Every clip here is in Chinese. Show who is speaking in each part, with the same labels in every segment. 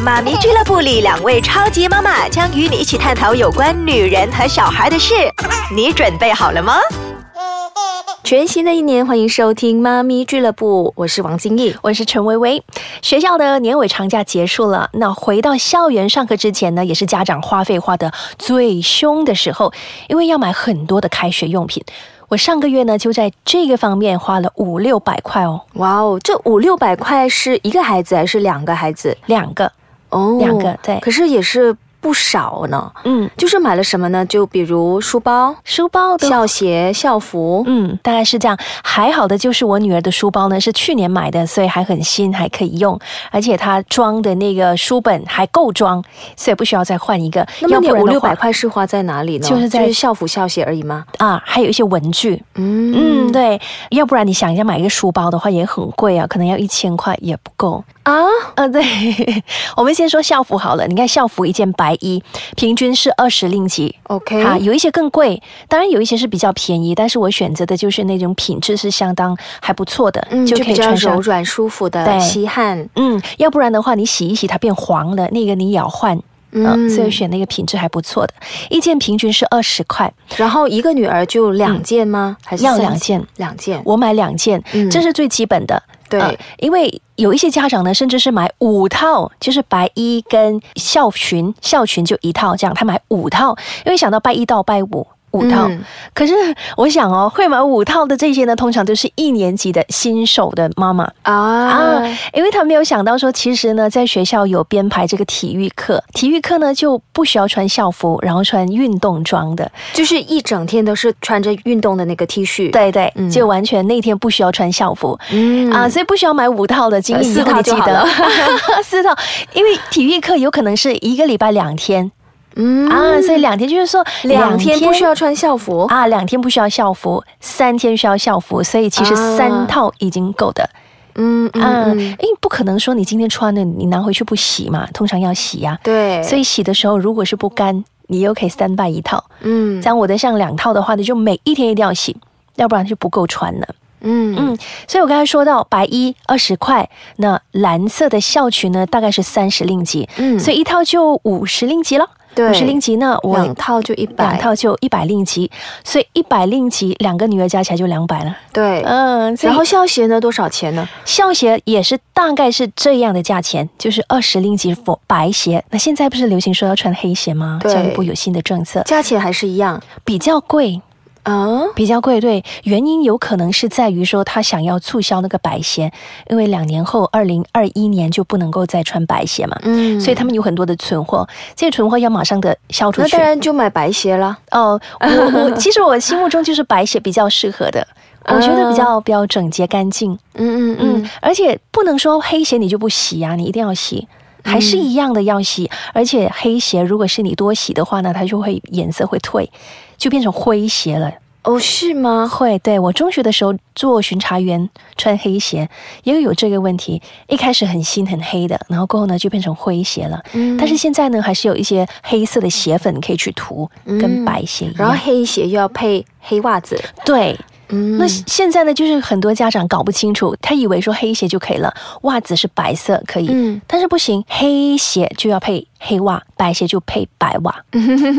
Speaker 1: 妈咪俱乐部里两位超级妈妈将与你一起探讨有关女人和小孩的事，你准备好了吗？
Speaker 2: 全新的一年，欢迎收听《妈咪俱乐部》，我是王金毅。
Speaker 3: 我是陈薇薇。学校的年尾长假结束了，那回到校园上课之前呢，也是家长花费花的最凶的时候，因为要买很多的开学用品。我上个月呢，就在这个方面花了五六百块哦，
Speaker 2: 哇哦，这五六百块是一个孩子还是两个孩子？
Speaker 3: 两个，
Speaker 2: 哦
Speaker 3: 两个对
Speaker 2: 可是也是不少呢。
Speaker 3: 嗯，
Speaker 2: 就是买了什么呢？就比如书包、
Speaker 3: 书包的
Speaker 2: 校鞋、校服。
Speaker 3: 嗯，大概是这样。还好的就是我女儿的书包呢是去年买的，所以还很新，还可以用，而且她装的那个书本还够装，所以不需要再换一个。
Speaker 2: 那么
Speaker 3: 要
Speaker 2: 你
Speaker 3: 不然
Speaker 2: 五
Speaker 3: 的
Speaker 2: 六
Speaker 3: 话
Speaker 2: 百块是花在哪里呢？
Speaker 3: 就是在
Speaker 2: 校服、校鞋而已吗？
Speaker 3: 啊，还有一些文具。
Speaker 2: 嗯
Speaker 3: 嗯，对，要不然你想一下，买一个书包的话也很贵啊，可能要一千块也不够。
Speaker 2: 啊，
Speaker 3: 呃，对， 我们先说校服好了。你看校服一件白衣，平均是二十令吉。
Speaker 2: OK
Speaker 3: 啊，有一些更贵，当然有一些是比较便宜，但是我选择的就是那种品质是相当还不错的，
Speaker 2: 嗯，就
Speaker 3: 可
Speaker 2: 比
Speaker 3: 以
Speaker 2: 较
Speaker 3: 穿
Speaker 2: 柔
Speaker 3: 上。
Speaker 2: 软舒服的，
Speaker 3: 对
Speaker 2: 吸汗。
Speaker 3: 嗯，要不然的话，你洗一洗它变黄了，那个你也要换。嗯，所以选那个品质还不错的，一件平均是二十块，
Speaker 2: 然后一个女儿就两件吗？还是
Speaker 3: 要
Speaker 2: 三
Speaker 3: 两？件。
Speaker 2: 两件。
Speaker 3: 我买两件，
Speaker 2: 嗯
Speaker 3: 这是最基本的。
Speaker 2: 对
Speaker 3: 呃因为有一些家长呢，甚至是买五套，就是白衣跟校裙，校裙就一套这样，他买五套，因为想到拜一到拜五。五套，
Speaker 2: 嗯
Speaker 3: 可是我想哦，会买五套的这些呢，通常都是一年级的新手的妈妈啊
Speaker 2: 啊，
Speaker 3: 因为她没有想到说，其实呢，在学校有编排这个体育课，体育课呢就不需要穿校服，然后穿运动装的，
Speaker 2: 就是一整天都是穿着运动的那个 T 恤，，
Speaker 3: 对对，
Speaker 2: 嗯
Speaker 3: 就完全那天不需要穿校服，
Speaker 2: 嗯
Speaker 3: 啊，所以不需要买五套的，今
Speaker 2: 呃
Speaker 3: 年
Speaker 2: 四套就好了
Speaker 3: 四套，因为体育课有可能是一个礼拜两天、
Speaker 2: 嗯
Speaker 3: 啊，所以两天就是说
Speaker 2: 两天不需要穿校服，
Speaker 3: 啊，两天不需要校服，三天需要校服，所以其实
Speaker 2: 啊
Speaker 3: 三套已经够的
Speaker 2: 嗯嗯
Speaker 3: 啊，因
Speaker 2: 嗯，
Speaker 3: 为不可能说你今天穿的你拿回去不洗嘛，通常要洗呀、
Speaker 2: 对，
Speaker 3: 所
Speaker 2: 以
Speaker 3: 以洗的时候如果是不干，你又可以 stand by 一套，
Speaker 2: 嗯
Speaker 3: 这样我的像两套的话，你就每一天一定要洗，要不然就不够穿了。
Speaker 2: 嗯嗯
Speaker 3: 嗯，所以我刚才说到白衣二十块，那蓝色的校裙呢大概是三十令吉，
Speaker 2: 嗯
Speaker 3: 所以一套就五十令吉了。
Speaker 2: 对
Speaker 3: 五十令吉呢，我
Speaker 2: 两套就一百
Speaker 3: 两，套就一百令吉，所以一百令吉两个女儿加起来就两百了。
Speaker 2: 对。
Speaker 3: 嗯，
Speaker 2: 然
Speaker 3: 然
Speaker 2: 后
Speaker 3: 后
Speaker 2: 校鞋呢？多少钱呢？
Speaker 3: 校鞋也是大概是这样的价钱，就是二十令吉 for 白鞋。那现在不是流行说要穿黑鞋吗？
Speaker 2: 对
Speaker 3: 教育部有新的政策，
Speaker 2: 价钱还是一样
Speaker 3: 比较贵。
Speaker 2: 啊？
Speaker 3: 比较贵，对，原因有可能是在于说他想要促销那个白鞋，因为两年后二零二一年就不能够再穿白鞋嘛，
Speaker 2: 嗯，
Speaker 3: 所以他们有很多的存货，这些存货要马上的销出
Speaker 2: 那
Speaker 3: 去
Speaker 2: 当。然就买白鞋了。
Speaker 3: 哦，我我其实我心目中就是白鞋比较适 合的，我觉得比较比较整洁干净，
Speaker 2: 嗯
Speaker 3: 嗯，而且不能说黑鞋你就不洗啊，你一定要洗。
Speaker 2: 嗯
Speaker 3: 还是一样的要洗，而且黑鞋如果是你多洗的话呢，它就会颜色会褪，就变成灰鞋了。
Speaker 2: 哦，是吗？
Speaker 3: 会，对我中学的时候做巡查员，穿黑鞋也有这个问题。一开始很新很黑的，然后过后呢就变成灰鞋了。
Speaker 2: 嗯
Speaker 3: 但是现在呢，还是有一些黑色的鞋粉可以去涂，跟白鞋一
Speaker 2: 嗯然
Speaker 3: 样
Speaker 2: 后。黑鞋又要配黑袜子。
Speaker 3: 对，
Speaker 2: 嗯
Speaker 3: 那现在呢，就是很多家长搞不清楚，他以为说黑鞋就可以了，袜子是白色可以，
Speaker 2: 嗯
Speaker 3: 但是不行，黑鞋就要配黑袜，白鞋就配白 袜。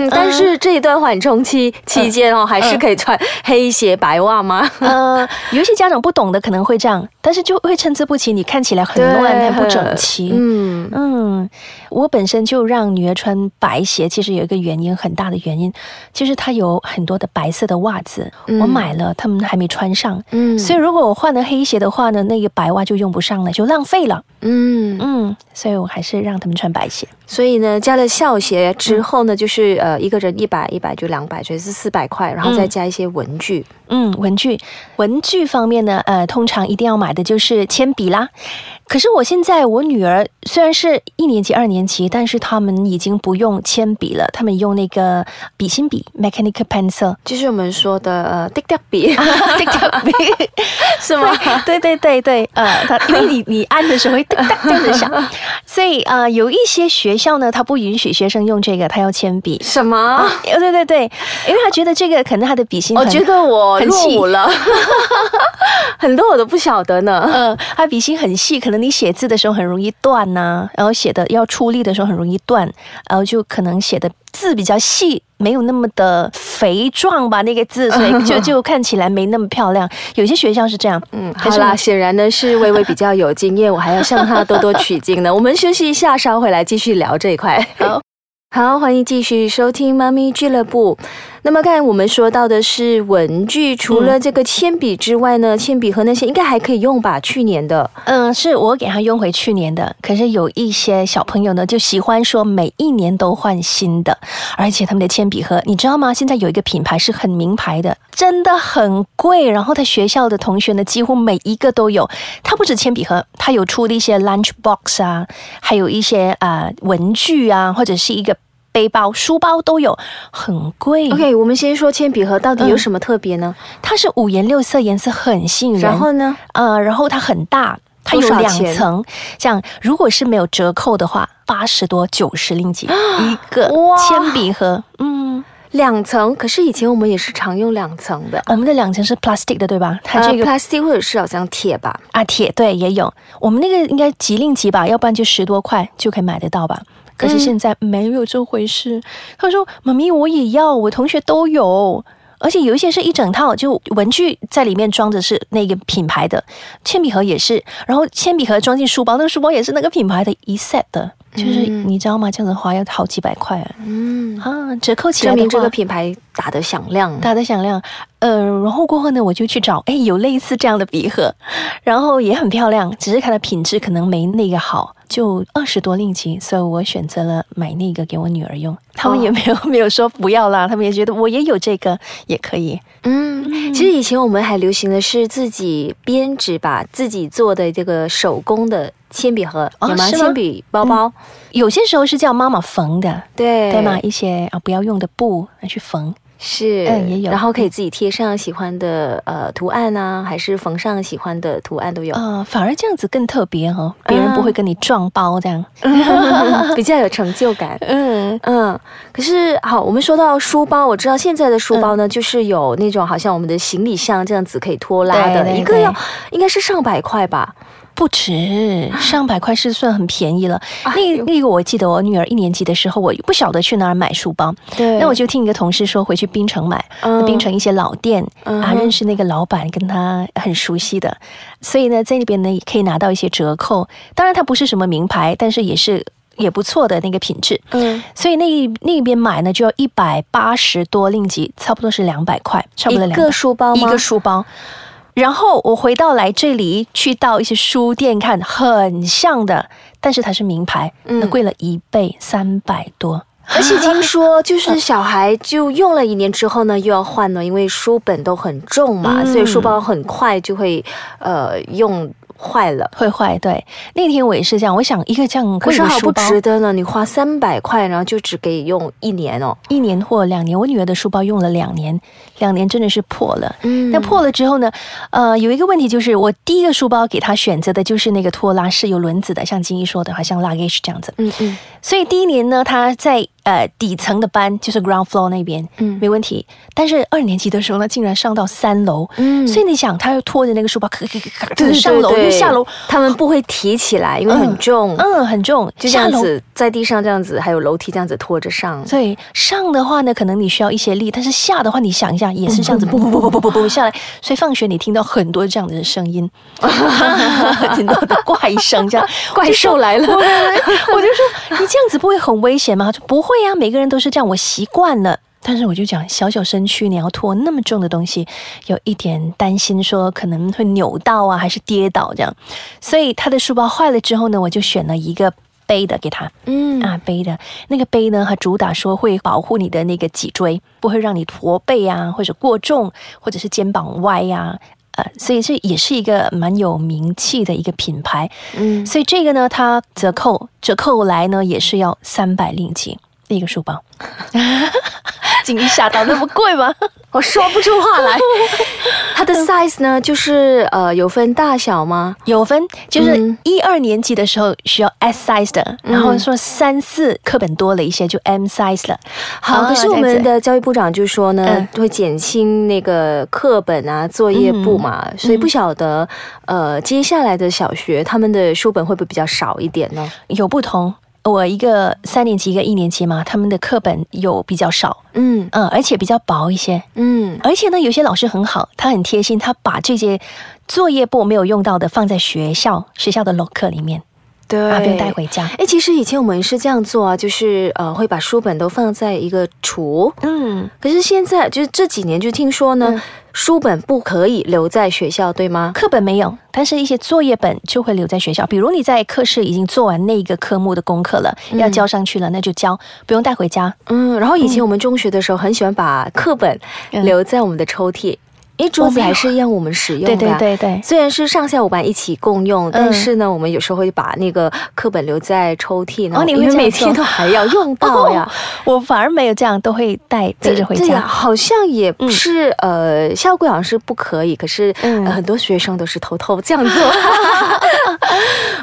Speaker 2: 但是这一段缓冲期期间哦，还是可以穿黑鞋白袜吗？
Speaker 3: 呃，有一些家长不懂的可能会这样，但是就会参差不齐，你看起来很
Speaker 2: 对
Speaker 3: 乱，很不整齐。
Speaker 2: 嗯
Speaker 3: 嗯，我本身就让女儿穿白鞋，其实有一个原因，很大的原因，就是她有很多的白色的袜子，我买了，她们还没穿上。
Speaker 2: 嗯
Speaker 3: 所以如果我换了黑鞋的话呢，那个白袜就用不上了，就浪费了。
Speaker 2: 嗯，
Speaker 3: 嗯，所以我还是让她们穿白鞋。
Speaker 2: 所以呢，加了校鞋之后呢，就是呃，一个人一百一百就两百，所以是四百块，然后再加一些文具。
Speaker 3: 嗯，文具，文具方面呢，呃，通常一定要买的就是铅笔啦。可是我现在我女儿虽然是一年级、二年级，但是他们已经不用铅笔了，他们用那个笔芯笔 （mechanical pencil）。
Speaker 2: 就是我们说的呃，滴答 笔
Speaker 3: 滴答笔
Speaker 2: 是吗？
Speaker 3: 对对对对，呃，它因为你你按的时候会滴答这样子响， 所以啊、呃有一些学校呢，他不允许学生用这个，他要铅笔。
Speaker 2: 什 么？
Speaker 3: 呃 对对对，因为他觉得这个可能他的笔芯
Speaker 2: 我
Speaker 3: 很，
Speaker 2: 啊哦觉得我
Speaker 3: 很
Speaker 2: 落
Speaker 3: 气
Speaker 2: 伍了， 很多我都不晓得呢。
Speaker 3: 呃，他笔芯很细，可能你写字的时候很容易断呐、然后写的要出力的时候很容易断，然后就可能写的字比较细，没有那么的肥壮吧，那个字，所 以就就看起来没那么漂亮。有些学校是这样，
Speaker 2: 嗯，
Speaker 3: 可
Speaker 2: 好
Speaker 3: 是我
Speaker 2: 啦，显然呢是微微比较有经验，我还要向她多多取经呢。我们休息一下，稍回来继续聊这一块。
Speaker 3: 好，
Speaker 2: 好，欢迎继续收听《妈咪俱乐部》。那么刚才我们说到的是文具，除了这个铅笔之外呢，铅笔和那些应该还可以用吧？去年的
Speaker 3: 嗯，是我给他用回去年的，可是有一些小朋友呢，就喜欢说每一年都换新的，而且他们的铅笔盒，你知道吗？现在有一个品牌是很名牌的，真的很贵。然后他学校的同学呢，几乎每一个都有。他不止铅笔盒，他有出的一些 lunch box 啊，还有一些啊、呃文具啊，或者是一个背包、书包都有，很贵。
Speaker 2: OK，我们先说铅笔盒到底有什么特别呢？
Speaker 3: 它是五颜六色，颜色很吸引人。
Speaker 2: 然后呢？
Speaker 3: 呃，然后它很大，它有
Speaker 2: 多少
Speaker 3: 两
Speaker 2: 钱
Speaker 3: 层，这样如果是没有折扣的话，八十多九十 令吉一个
Speaker 2: 哇
Speaker 3: 铅笔盒。嗯，
Speaker 2: 两层，可是以前我们也是常用两层的，
Speaker 3: 我们的两层是 plastic 的，对吧？它
Speaker 2: 呃
Speaker 3: 这个
Speaker 2: plastic 或者是好像铁吧。
Speaker 3: 啊铁对也有，我们那个应该几令吉吧，要不然就十多块就可以买得到吧。可是
Speaker 2: 嗯
Speaker 3: 现在没有这回事。他说：“妈咪，我也要，我同学都有。”而且有一些是一整套，就文具在里面装的是那个品牌的，铅笔盒也是，然后铅笔盒装进书包，那个书包也是那个品牌的一 set 的，就是
Speaker 2: 嗯
Speaker 3: 你知道吗？这样子花要好几百块啊！
Speaker 2: 嗯，
Speaker 3: 啊折扣起来
Speaker 2: 证
Speaker 3: 的
Speaker 2: 明这
Speaker 3: 话
Speaker 2: 个品牌打得响亮。
Speaker 3: 打的响亮。呃，然后过后呢，我就去找，哎，有类似这样的笔盒，然后也很漂亮，只是它的品质可能没那个好，就二十多令吉，所以我选择了买那个给我女儿用。他们
Speaker 2: 哦
Speaker 3: 也没有、 没有说不要啦，他们也觉得我也有这个也可以。
Speaker 2: 嗯，其实以前我们还流行的是自己编织吧，自己做的这个手工的铅笔盒，
Speaker 3: 哦
Speaker 2: 有吗？
Speaker 3: 是吗
Speaker 2: 铅笔包包，
Speaker 3: 有些时候是叫妈妈缝的，
Speaker 2: 对
Speaker 3: 对吗？？一些啊不要用的布来去缝。
Speaker 2: 是，
Speaker 3: 嗯也有
Speaker 2: 然后可以自己贴上喜欢的呃图案啊，还是缝上喜欢的图案都 有，
Speaker 3: 啊、反而这样子更特别哦，别人不会跟你撞包这样。
Speaker 2: 比较有成就感。
Speaker 3: 嗯，
Speaker 2: 嗯，可是好，我们说到书包，我知道现在的书
Speaker 3: 嗯
Speaker 2: 包呢，就是有那种好像我们的行李箱这样子可以拖拉的，
Speaker 3: 对对
Speaker 2: 一个要
Speaker 3: 对
Speaker 2: 应该是上百块吧。
Speaker 3: 不止上百块是算很便宜了。
Speaker 2: 哎
Speaker 3: 那
Speaker 2: 呦
Speaker 3: 那个我记得我女儿一年级的时候，我不晓得去哪儿买书包，
Speaker 2: 对
Speaker 3: 那我就听一个同事说回去槟城买，
Speaker 2: 嗯
Speaker 3: 槟城一些老店
Speaker 2: 嗯
Speaker 3: 啊，
Speaker 2: 哼
Speaker 3: 认识那个老板，跟他很熟悉的，所以呢，在那边呢也可以拿到一些折扣。当然它不是什么名牌，但是也是也不错的那个品质。
Speaker 2: 嗯，
Speaker 3: 所以那一那边买呢就要一百八十多令吉，差不多是两百块，差不多
Speaker 2: 一
Speaker 3: 两
Speaker 2: 个书包吗？
Speaker 3: 一个书包。然后我回到来这里，去到一些书店看，很像的，但是它是名牌，
Speaker 2: 嗯
Speaker 3: 那贵了一倍，三百多。
Speaker 2: 而且听说，就是小孩就用了一年之后呢，又要换了，因为书本都很重嘛，
Speaker 3: 嗯
Speaker 2: 所以书包很快就会呃用坏了。
Speaker 3: 会坏，对。那天我也是这样，我想一个这样
Speaker 2: 可
Speaker 3: 贵
Speaker 2: 是
Speaker 3: 的
Speaker 2: 好
Speaker 3: 书
Speaker 2: 不
Speaker 3: 包，
Speaker 2: 值得呢，你花三百块，然后就只给用一年哦。
Speaker 3: 一年或两年，我女儿的书包用了两年，两年真的是破了。
Speaker 2: 嗯
Speaker 3: 那破了之后呢？呃，有一个问题就是，我第一个书包给她选择的就是那个拖拉式有轮子的，像金一说的，好像 luggage 这样子。
Speaker 2: 嗯嗯
Speaker 3: 所以第一年呢，他在呃底层的班，就是 ground floor 那边，
Speaker 2: 嗯
Speaker 3: 没问题。但是二年级的时候呢，竟然上到三楼，
Speaker 2: 嗯
Speaker 3: 所以你想，他又拖着那个书包，咔咔咔
Speaker 2: 对
Speaker 3: 咔咔，
Speaker 2: 对
Speaker 3: 上楼
Speaker 2: 对
Speaker 3: 又下楼，
Speaker 2: 他们不会提起来，因为很重，
Speaker 3: 嗯，很重，
Speaker 2: 就这
Speaker 3: 下
Speaker 2: 样
Speaker 3: 楼。
Speaker 2: 子在地上这样子，还有楼梯这样子拖着 上。
Speaker 3: 所以上的话呢，可能你需要一些力，但是下的话，你想一下，也是这样子，不不不不不不不下来。所以放学你听到很多这样的声音，听到的怪声，这样
Speaker 2: 怪兽来了
Speaker 3: 我就说我就说你这样子不会很危险吗？他说不会啊，每个人都是这样，我习惯了。但是我就讲，小小身躯你要拖那么重的东西，有一点担心说可能会扭到啊，还是跌倒这样。所以他的书包坏了之后呢，我就选了一个背的给他。
Speaker 2: 嗯
Speaker 3: 啊背的那个背呢，它主打说会保护你的那个脊椎，不会让你驼背啊，或者过重，或者是肩膀歪呀、呃，所以这也是一个蛮有名气的一个品牌。
Speaker 2: 嗯，
Speaker 3: 所以这个呢，它折扣折扣来呢也是要三百令吉，一个书 包，惊吓到那么贵吗？
Speaker 2: 我哦说不出话来。它
Speaker 3: 嗯
Speaker 2: 的 size 呢，就是呃有分大小吗？
Speaker 3: 有分，就是
Speaker 2: 嗯
Speaker 3: 一二年级的时候需要 S size 的，然后说三四课本多了一些就 M size 了。
Speaker 2: 好，
Speaker 3: 啊
Speaker 2: 可是我
Speaker 3: 这
Speaker 2: 们
Speaker 3: 样子
Speaker 2: 的教育部长就说呢，
Speaker 3: 嗯
Speaker 2: 会减轻那个课本啊、作业簿嘛，
Speaker 3: 嗯
Speaker 2: 所以不晓得呃接下来的小学他们的书本会不会比较少一点呢？
Speaker 3: 有不同。我一个三年级，一个一年级嘛，他们的课本有比较少，
Speaker 2: 嗯
Speaker 3: 嗯，而且比较薄一些。
Speaker 2: 嗯
Speaker 3: 而且呢，有些老师很好，他很贴心，他把这些作业簿没有用到的放在学校学校的 locker 里面，
Speaker 2: 对
Speaker 3: 啊，不用带回家。
Speaker 2: 哎，其实以前我们是这样做啊，就是呃，会把书本都放在一个橱。
Speaker 3: 嗯，
Speaker 2: 可是现在就是这几年就听说呢，
Speaker 3: 嗯
Speaker 2: 书本不可以留在学校，对吗？
Speaker 3: 课本没有，但是一些作业本就会留在学校。比如你在课室已经做完那个科目的功课了，要交上去了，那就交，不用带回家。
Speaker 2: 嗯，然后以前我们中学的时候很喜欢把课本
Speaker 3: 嗯
Speaker 2: 留在我们的抽屉，因为桌子还是让我们使用的
Speaker 3: 对
Speaker 2: 啊。
Speaker 3: 对对对，
Speaker 2: 虽然是上下午班一起共用，但是呢，我们有时候会把那个课本留在抽屉呢，
Speaker 3: 哦你会
Speaker 2: 因为
Speaker 3: 这样
Speaker 2: 每天
Speaker 3: 做
Speaker 2: 都 还要用到 呀。
Speaker 3: 我反而没有这样，都会带背着回
Speaker 2: 对呀，
Speaker 3: 家。
Speaker 2: 好像也
Speaker 3: 嗯
Speaker 2: 不是、呃，校规好像是不可以，可是、
Speaker 3: 嗯
Speaker 2: 呃很多学生都是偷偷这样 做。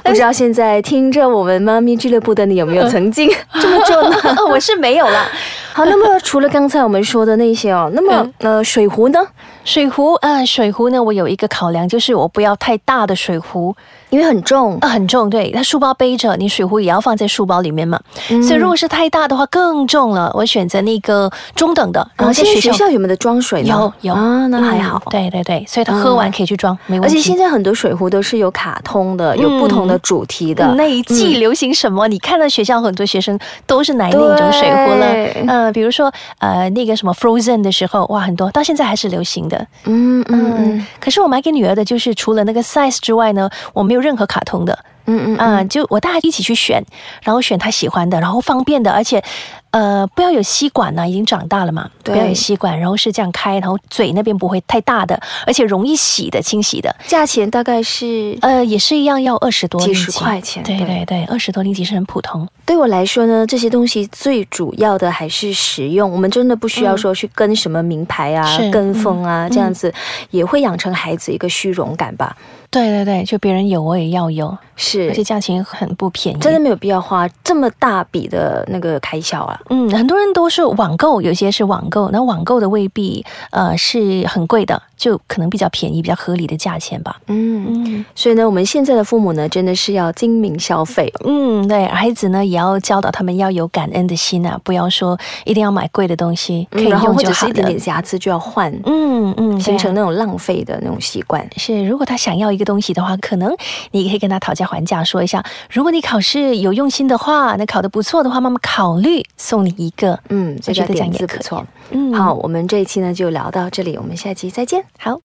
Speaker 2: 不知道现在听着我们妈咪俱乐部的你有没有曾经这么做呢？
Speaker 3: 哦我是没有啦。
Speaker 2: 嗯 好，那么除了刚才我们说的那些 哦，那么、呃，水壶呢？
Speaker 3: 水壶，呃，水壶呢，我有一个考量，就是我不要太大的水壶，
Speaker 2: 因为很重，
Speaker 3: 啊，很重，对，它书包背着，你水壶也要放在书包里面嘛。
Speaker 2: 嗯
Speaker 3: 所以如果是太大的话更重了，我选择那个中等的，
Speaker 2: 然
Speaker 3: 然后
Speaker 2: 后
Speaker 3: 在
Speaker 2: 现在
Speaker 3: 学校
Speaker 2: 哦学校有没有得装水呢？
Speaker 3: 有有
Speaker 2: 啊，那还好。啊
Speaker 3: 嗯对对对，所以他喝完可以去装，没问
Speaker 2: 而
Speaker 3: 题。
Speaker 2: 且现在很多水壶都是有卡通的，有不同的主题的。
Speaker 3: 那一季流行什么？你看到学校很多学生都是拿那种水壶了
Speaker 2: 嗯对，
Speaker 3: 呃，比如说呃那个什么 Frozen 的时候，哇，很多到现在还是流行的。
Speaker 2: 嗯嗯嗯
Speaker 3: 可是我买给女儿的就是除了那个 size 之外呢，我没有任何卡通的，
Speaker 2: 嗯嗯
Speaker 3: 啊、就我大家一起去选，然后选她喜欢的，然后方便的，而且。呃，不要有吸管呢、已经长大了嘛，不
Speaker 2: 对
Speaker 3: 要有吸管，然后是这样开，然后嘴那边不会太大的，而且容易洗的、清洗的。
Speaker 2: 价钱大概是
Speaker 3: 呃，也是一样要二十多
Speaker 2: 几
Speaker 3: 令吉，
Speaker 2: 十块钱
Speaker 3: 对
Speaker 2: 对
Speaker 3: 对对，二十多令吉是很普通。
Speaker 2: 对我来说呢，这些东西最主要的还是实用，我们真的不需要说去跟什么名牌啊、
Speaker 3: 是
Speaker 2: 跟风啊，这样子也会养成孩子一个虚荣感吧。
Speaker 3: 对对对，就别人有我也要有，而
Speaker 2: 是
Speaker 3: 且，价钱很不便宜。
Speaker 2: 真的，没有必要花这么大笔的那个开销啊。
Speaker 3: 嗯，很多人都是网购，有些是网购，那网购的未必呃是很贵的，就可能比较便宜、比较合理的价钱吧。
Speaker 2: 嗯，
Speaker 3: 嗯
Speaker 2: 所以呢，我们现在的父母呢，真的是要精明消费。
Speaker 3: 嗯，对，孩子呢也要教导他们要有感恩的心啊，不要说一定要买贵的东西，可以
Speaker 2: 嗯然后
Speaker 3: 用
Speaker 2: 或
Speaker 3: 就
Speaker 2: 者是
Speaker 3: 好
Speaker 2: 一点
Speaker 3: 的
Speaker 2: 点。瑕疵就要换，
Speaker 3: 嗯嗯，对
Speaker 2: 形
Speaker 3: 啊
Speaker 2: 成那种浪费的那种习惯。
Speaker 3: 是，如果他想要一个东西的话，可能你可以跟他讨价还价，说一下，如果你考试有用心的话，那考得不错的话，妈妈考虑送你一个。
Speaker 2: 嗯，这
Speaker 3: 觉
Speaker 2: 个
Speaker 3: 得这样
Speaker 2: 点子
Speaker 3: 也可
Speaker 2: 不
Speaker 3: 以
Speaker 2: 错。
Speaker 3: 嗯
Speaker 2: 好，我们这一期呢就聊到这里，我们下期再见。
Speaker 3: 好。